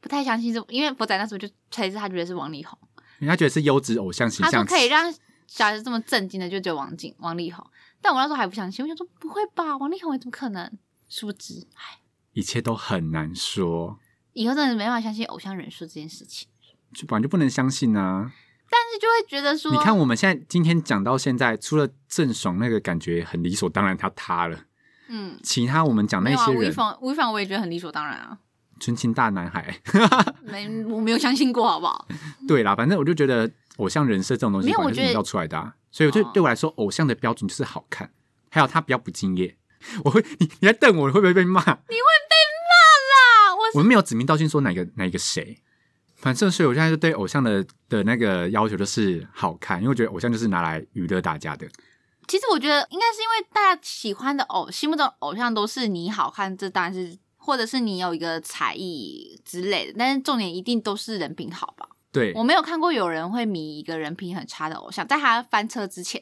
不太相信是，因为博仔那时候就推测他觉得是王力宏，
因为他觉得是优质偶像形
他说
象，
可以让小孩子这么震惊的就只有王静王力宏，但我那时候还不相信，我想说不会吧，王力宏也怎么可能？殊不知，哎，
一切都很难说，
以后真的没办法相信偶像人数这件事情，
就本来就不能相信啊。
但是就会觉得说，
你看，我们现在今天讲到现在，除了郑爽那个感觉很理所当然他塌了，
嗯，
其他我们讲
没
那
有啊，
些
吴亦
人，
凡，吴亦凡我也觉得很理所当然啊，
纯情大男孩，
没我没有相信过，好不好？
对啦，反正我就觉得偶像人设这种东西
没有
本
我
来就
觉
是
得
营造出来的、啊，所以我就
哦
对我来说，偶像的标准就是好看，还有他比较不敬业。我会，你你在瞪我，你会不会被骂？
啊，我
我们没有指名道姓说哪个哪一个谁，反正所以我现在就对偶像的的那个要求就是好看，因为我觉得偶像就是拿来娱乐大家的。
其实我觉得应该是因为大家喜欢的偶心目中的偶像都是你好看，这当然是，或者是你有一个才艺之类的，但是重点一定都是人品好吧？
对，
我没有看过有人会迷一个人品很差的偶像，在他翻车之前，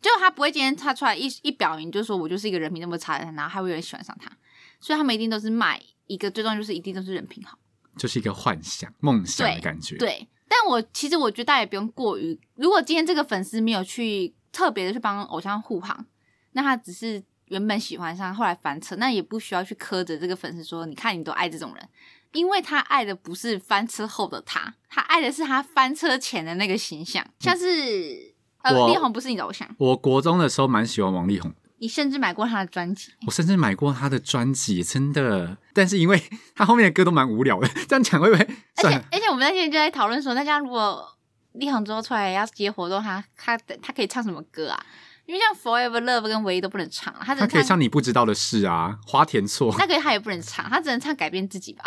就他不会今天他出来一一表明就说我就是一个人品那么差的人，然后还会有人喜欢上他，所以他们一定都是卖一个最重要就是一定都是人品好。
就是一个幻想、梦想的感觉。，
对，但我其实我觉得大家也不用过于，如果今天这个粉丝没有去特别的去帮偶像护航，那他只是原本喜欢上，后来翻车，那也不需要去苛责这个粉丝说，你看你都爱这种人，因为他爱的不是翻车后的他，他爱的是他翻车前的那个形象，像是。呃，
我
力宏不是你的偶像，
我国中的时候蛮喜欢王力宏，
你甚至买过他的专辑，
我甚至买过他的专辑，真的。但是因为 他后面的歌都蛮无聊的，这样讲会不会
而
算
且
了？
而且我们那天就在讨论说，大家如果立行之后出来要接活动，他他他可以唱什么歌啊？因为像 Forever Love 跟唯一都不能唱啊，他只
他
能
可以唱你不知道的事啊，花田错，
那个他也不能唱，他只能唱改变自己吧。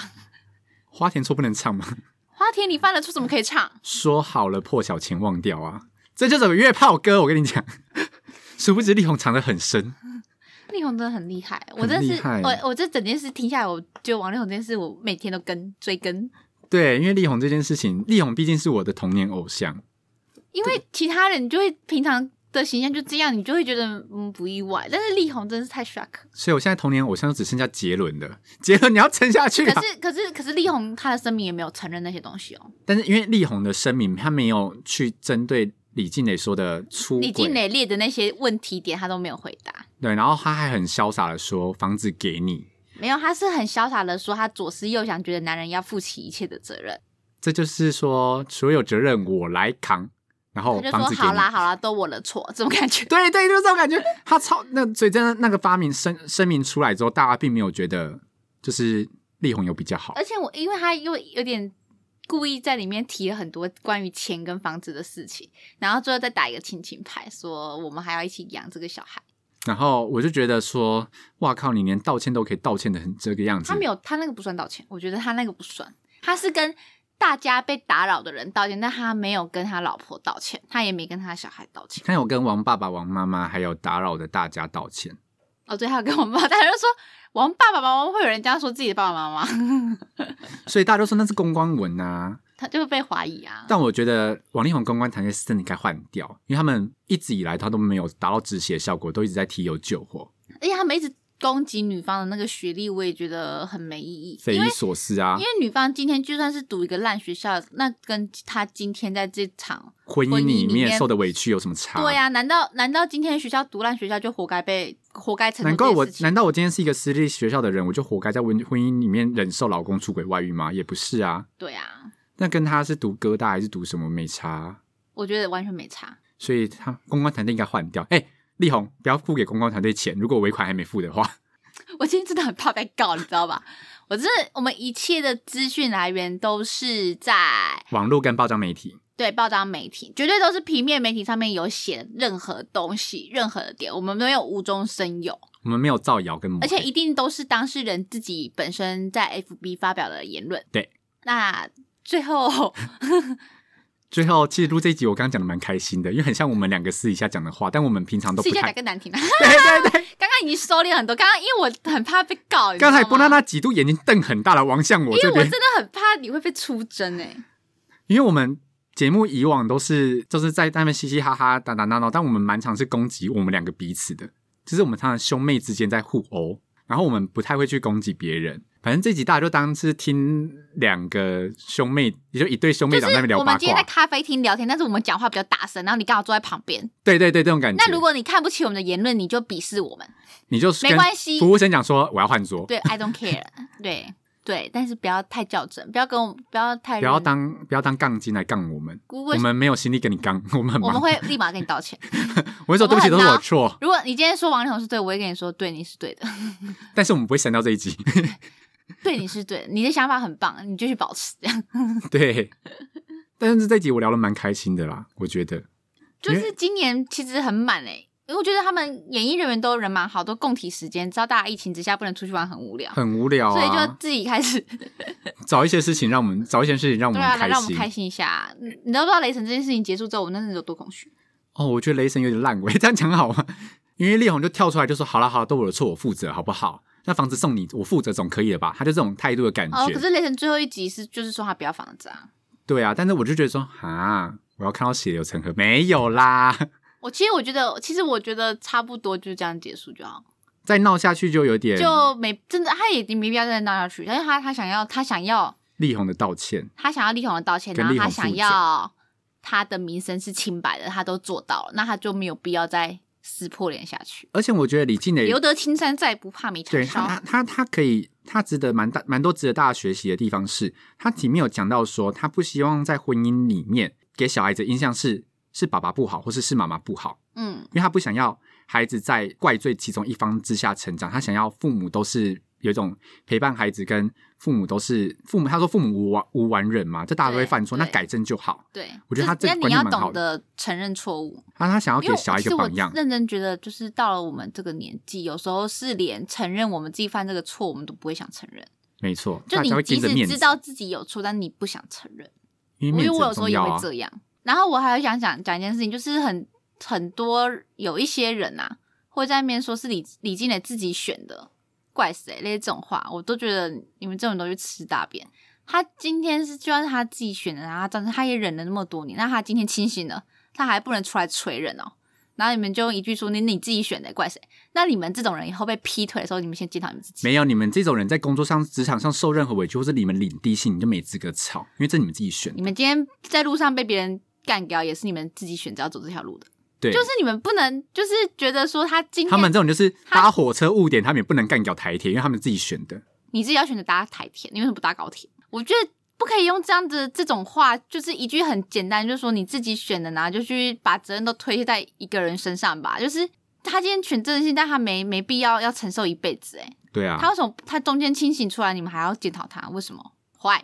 花田错不能唱吗？
花田，你犯了错怎么可以唱？
说好了破晓前忘掉啊，这就是个约炮歌，我跟你讲。 殊不知力宏藏得很深，
力宏真的很厉害，我
很
真的
厉
是
害
我我这整件事听下来，我觉得王力宏这件事，我每天都跟追跟，
对，因为力宏这件事情，力宏毕竟是我的童年偶像，
因为其他人你就会平常的形象就这样，你就会觉得嗯不意外，但是力宏真的是太 shock 了。
所以我现在童年偶像就只剩下杰伦了。杰伦你要撑下去啊
可！是可是可是力宏他的声明也没有承认那些东西哦。
但是因为力宏的声明，他没有去针对李静蕾说的出轨，
李静蕾列的那些问题点，他都没有回答。
对，然后他还很潇洒的说房子给你，
没有，他是很潇洒的说，他左思右想，觉得男人要负起一切的责任。
这就是说所有责任我来扛，然后
他就
房
说
子：“给
好
你。
啦，好啦，都我的错。” 这种感觉，
对对，就是这种感觉。他超那，所以真的那个发明声声明出来之后，大家并没有觉得就是力宏有比较好
而，且我因为他又有点故意在里面提了很多关于钱跟房子的事情，然后最后再打一个亲情牌，说我们还要一起养这个小孩。
然后我就觉得说，哇靠，你连道歉都可以道歉的很这个样子
他。没有，他那个不算道歉，我觉得他那个不算，他是跟大家被打扰的人道歉，但他没有跟他老婆道歉，他也没跟他小孩道歉。
他有跟王爸爸、王妈妈还有打扰的大家道歉，
哦，对，还有跟我 爸，大家就说王爸爸妈妈会有人这样说自己的爸爸妈 妈，
所以大家都说那是公关文啊。
他就会被怀疑啊。
但我觉得王力宏公关团队是真的该换掉，因为他们一直以来他都没有达到止血效果，都一直在提油救火，
而且他们一直攻击女方的那个学历，我也觉得很没意义，
匪
因
夷
为
所思啊
因为。女方今天就算是读一个烂学校，那跟她今天在这场，
婚姻
婚姻
里
里
面
面
受的委屈有什么差？啊
对呀、难道难道今天学校读烂学校就活该被活该承
难
受
怪
这
我
件事，情？
难道我今天是一个私立学校的人，我就活该在婚婚姻里面忍受老公出轨外遇吗？也不是啊，
对啊，
那跟他是读哥大还是读什么没差啊，
我觉得完全没差。
所以他公关团队应该换掉。哎、力宏，不要付给公关团队钱，如果尾款还没付的话，
我今天真的很怕被告，你知道吧？ 我真的，我们一切的资讯来源都是在
网络跟报章媒体，
对报章媒体，绝对都是平面媒体上面有写任何东西、任何的点，我们没有无中生有，
我们没有造谣跟抹
而
黑，
且一定都是当事人自己本身在 FB 发表的言论。
对，
那最后
最后，其实录这一集我刚刚讲的蛮开心的，因为很像我们两个私底下讲的话，但我们平常都
私
不
下讲
太。
更难听了。
对 对对，
刚刚已经收敛很多，刚刚因为我很怕被告，你知道
刚才
吗
波娜娜几度眼睛瞪很大的望向
啊
我
因为
这
我
边
真，的很怕你会被出征哎、
因为我们节目以往都是就是在他们嘻嘻哈哈、打打闹闹，但我们蛮常是攻击我们两个彼此的，就是我们常常兄妹之间在互殴，然后我们不太会去攻击别人。反正这集大家就当是听两个兄妹，也就一对兄妹
就
俩在那边
是
聊
我
八
们今天在
卦，
咖啡厅聊天，但是我们讲话比较大声，然后你刚好坐在旁边。
对对对，这种感觉。
那如果你看不起我们的言论，你就鄙视我们。
你就是
没
跟
关系
服务生讲说我要换桌，
对，I don't care 对。对但是不要太较真，不要跟我们，不要太
不要
认
当不要当杠精来杠我们，
如
我
果
们没有心力跟你杠，我们很
我们
忙。
会立马跟你道歉。
我会说对不起，
我
都
们很
是我
忙
错，
如果你今天说王力宏是对，我会跟你说，对，你是对的，
但是我们不会删掉这一集。
对，你是对的，你的想法很棒，你继续保持这样。
对，但是这一集我聊的蛮开心的啦，我觉得。
就
因
是今年其实很满哎、因为我觉得他们演艺人员都人蛮好，都共体时间，知道大家疫情之下不能出去玩很无聊，
很无聊、啊，
所以就自己开始
找一些事情让我们找一些事情让 我
对
们
啊，来
开
让我
心。
们开心一下。你你知不知道雷神这件事情结束之后，我那阵子有多空虚？
哦，我觉得雷神有点烂尾， 这样讲好吗？因为力宏就跳出来就说：“好了好了，都我的错，我负责，好不好？那房子送你，我负责总可以了吧？”他就这种态度的感觉。
哦，可是雷神最后一集是就是说他不要房子啊。
对啊，但是我就觉得说，哈，我要看到血流成河，没有啦，
我其实我觉得，其实我觉得差不多就是这样结束就好，
再闹下去就有点
就没真的他也没必要再闹下去，但是他他想要他想要
力宏的道歉。
他想要力宏的道歉，
跟
然后
力宏
他
负
想
责
要他的名声是清白的，他都做到了，那他就没有必要再撕破脸下去。
而且我觉得李静蕾
留得青山在，不怕没柴
对他，
烧
他。他他可以，他值得蛮大蛮多值得大家学习的地方是，他里面有讲到说，他不希望在婚姻里面给小孩子印象是是爸爸不好，或是是妈妈不好，
嗯，
因为他不想要孩子在怪罪其中一方之下成长，他想要父母都是有一种陪伴孩子，跟父母都是父母，他说父母无完无完人嘛，这大家都会
对
犯错，那
对
改正就好。
对，
我觉得他这
就
个
是
观
你
念
要
蛮好
懂
的
得承认错误，
他他想要
因
给
为
小孩一
其
个
实我
榜样，
认真觉得，就是到了我们这个年纪，有时候是连承认我们自己犯这个错，我们都不会想承认。
没错，
就
大
你
家会
即
盯着
使
面
知
子，
道自己有错，但你不想承认。
因
我
为
因为
面子
我有
很
时候
重
也
要
会
啊。
这样。然后我还想讲讲一件事情，就是很很多有一些人啊，会在那边说是李李金磊自己选的，怪谁类似这种话，我都觉得你们这种人都去吃大便。他今天是就算是他自己选的，然后他但是他也忍了那么多年，那他今天清醒了，他还不能出来锤人哦。然后你们就用一句说你你自己选的，怪谁？那你们这种人以后被劈腿的时候，你们先检讨你们自己。
没有，你们这种人在工作上、职场上受任何委屈，或是你们领地性，你就没资格吵，因为这你们自己选
你
的。
们今天在路上被别人干掉，也是你们自己选择要走这条路的。
对，
就是你们不能，就是觉得说他今天
他们这种就是
他
搭火车误点，他们也不能干掉台铁，因为他们自己选的。
你自己要选择搭台铁，你为什么不搭高铁？我觉得不可以用这样子这种话，就是一句很简单，就是说你自己选的呢，然后就去把责任都推卸在一个人身上吧。就是他今天选这件事情，但他没没必要要承受一辈子、欸。哎、
对啊
他，为什么他中间清醒出来，你们还要检讨他？为什么坏？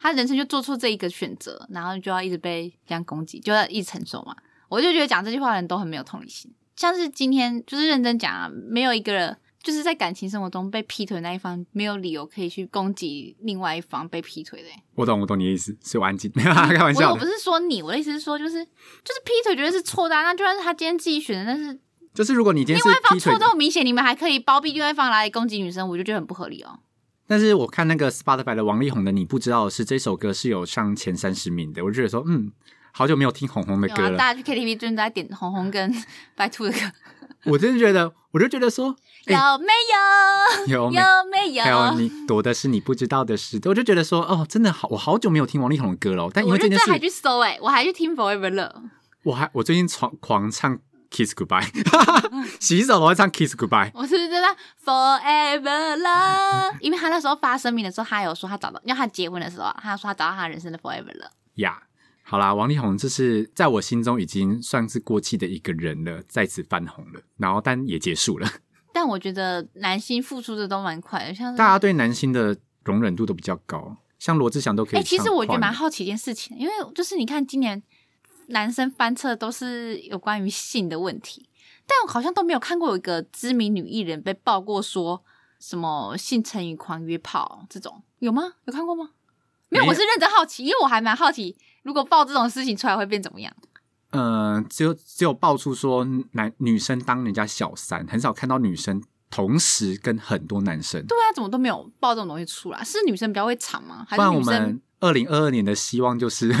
他人生就做出这一个选择，然后就要一直被这样攻击，就要一直承受嘛。我就觉得讲这句话的人都很没有同理心。像是今天就是认真讲啊，没有一个人就是在感情生活中被劈腿那一方没有理由可以去攻击另外一方被劈腿的、欸。
我懂，我懂你的意思，所以我 安静，没有啦开
我
玩笑
我不
的，
是说你，我的意思是说，就是就是劈腿绝对是错的、啊，那就算是他今天自己选的，但是
就是如果你今天
另
是
外一
劈
方
腿
错
的
这，么明显，你们还可以包庇另外一方来攻击女生，我就觉得很不合理哦。
但是我看那个 Spotify 的王力宏的《你不知道的是》这首歌是有上前三十名的，我就觉得说，嗯，好久没有听红红的
有
歌
啊，
了，
大家去 KTV 最近都在点红红跟 白兔的歌，
我真的觉得，我就觉得说， 哎
有没有？
有没
有没
还有
有？
你躲的是你不知道的事，我就觉得说，哦，真的好，我好久没有听王力宏的歌了哦。但因
我
为这
认
件
真
事，
还去搜哎、我还去听 Forever Love。
我还我最近狂狂唱 Kiss Goodbye，洗手我会唱 Kiss Goodbye。
我是真的 Forever Love，因为他那时候发声明的时候，他有说他找到，因为他结婚的时候啊，他说他找到他人生的 Forever Love。
呀好啦，王力宏就是在我心中已经算是过气的一个人了，再次翻红了，然后但也结束了。
但我觉得男星付出的都蛮快的，像是
大家对男星的容忍度都比较高，像罗志祥都可以
哎、
唱跨年。
其实我觉得蛮好奇一件事情，因为就是你看今年男生翻车都是有关于性的问题，但我好像都没有看过有一个知名女艺人被爆过说什么性成瘾狂约炮这种，有吗？有看过吗？没有，我是认真好奇，因为我还蛮好奇，如果爆这种事情出来会变怎么样？
呃，只有只有爆出说男女生当人家小三，很少看到女生同时跟很多男生。
对啊，怎么都没有爆这种东西出来？是女生比较会藏吗？还是
不然我
女生
们二零二二年的希望就是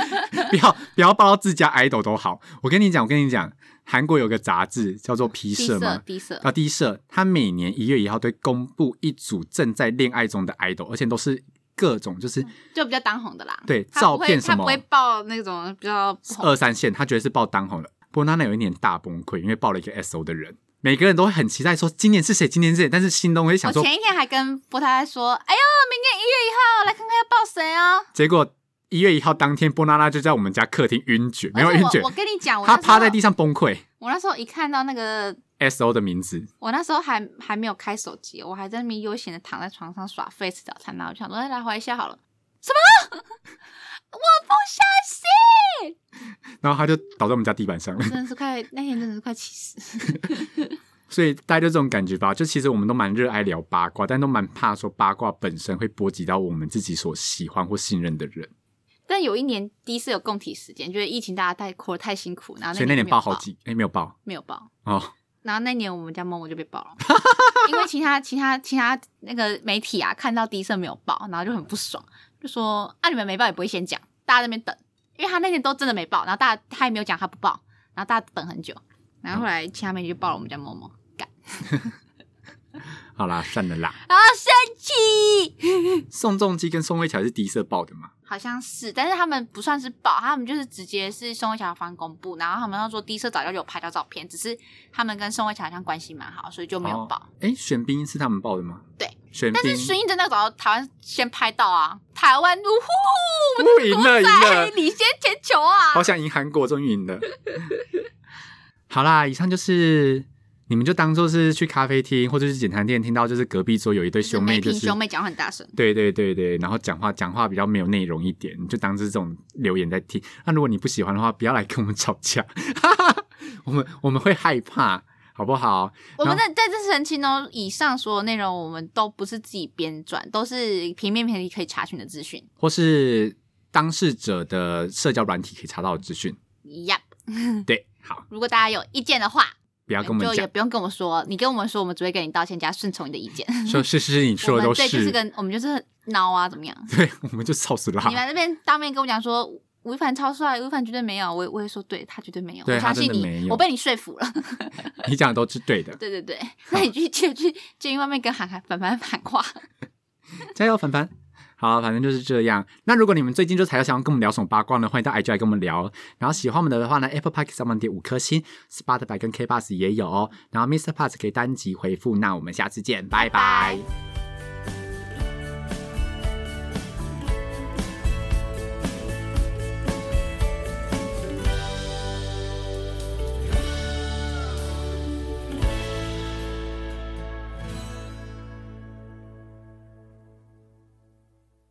不要不要爆到自家 idol 都好。我跟你讲，我跟你讲，韩国有个杂志叫做《皮
低
社》
色
嘛，
低色？
啊，第一社，它每年一月一号都会公布一组正在恋爱中的 idol，而且都是各种就是
就比较当红的啦。
对
他不
照
会
片什么
他不会爆那种比较不红。
二三线，他觉得是爆当红了。不过娜娜有一年大崩溃，因为爆了一个 SO 的人，每个人都会很期待说今年是谁，今年是谁，但是心中会想
我
说，
前一天还跟波太太说：“哎呦，明天一月一号来看看要爆谁哦。
结果一月一号当天，波娜娜就在我们家客厅晕厥，”没有
而且
晕
我
厥
我，跟你讲，我
她
那时
趴
候
在地上崩溃。
我那时候一看到那个，
SO 的名字，
我那时候还还没有开手机，我还在那边悠闲的躺在床上耍废吃早餐，然后我就想说：“哎，来滑一下好了。”什么？我不相信！
然后他就倒在我们家地板上了。
真的是快，那天真的是快气死。
所以大家就这种感觉吧，就其实我们都蛮热爱聊八卦，但都蛮怕说八卦本身会波及到我们自己所喜欢或信任的人，
但有一年第一次有共体时间，就是疫情大家太活得太辛苦，然后
所以那年
没有
爆好几，哎、没有爆
没有爆。
哦，
然后那年我们家默默就被爆了，因为其他其他其他那个媒体啊看到第一社没有爆，然后就很不爽，就说啊你们没爆也不会先讲，大家在那边等，因为他那天都真的没爆，然后大家他也没有讲他不爆，然后大家等很久，然后后来其他媒体就爆了我们家默默，干，
好啦，算了 啦。
然后生气，
宋仲基跟宋慧乔是第一次爆的嘛？
好像是，但是他们不算是爆，他们就是直接是宋慧乔方公布，然后他们要说第一社早就有拍到照片，只是他们跟宋慧乔好像关系蛮好，所以就没有爆。
哎、玄彬是他们爆的吗？
对，
玄彬
但是孙艺珍那个早台湾先拍到啊，台湾呜呼，
不赢了，赢
在
了，
领先全球啊！
好想赢韩国，终于赢 了。好啦，以上就是你们就当做是去咖啡厅或者是简餐店听到，就是隔壁桌有一对兄妹，
媒体
就是
兄妹讲话很大声，
对对对对，然后讲话讲话比较没有内容一点，你就当是这种留言在听。那如果你不喜欢的话，不要来跟我们吵架， 我们我们会害怕，好不好？
我们在在这澄清哦，以上所有内容我们都不是自己编撰，都是平面媒体可以查询的资讯。
或是当事者的社交软体可以查到的资讯。
一样，
对，好，
如果大家有意见的话，
不要跟我们
就也
讲，
不用跟我说，你跟我们说，我们只会跟你道歉加顺从你的意见。
说是是你
我
说的
们
都，
对，就是是跟我们就是孬啊，怎么样？
对，我们就操死啦
你。们那边当面跟我讲说吴亦凡超帅，吴亦凡绝对没有，我也我也说对他绝对没有，
对
我相信
他真的没
你，
有
我被你说服了。
你讲的都是对的，
对对对， 那你去去去监狱外面跟韩寒凡凡喊话，
加油，凡凡。好，反正就是这样。那如果你们最近就才想要跟我们聊什么八卦呢，欢迎到 IG 来跟我们聊。然后喜欢我们的话呢，Apple Park 上面点五颗星，Spotify 跟 K Bus 也有哦。然后 Mr. Pass 可以单击回复。那我们下次见，拜拜
拜。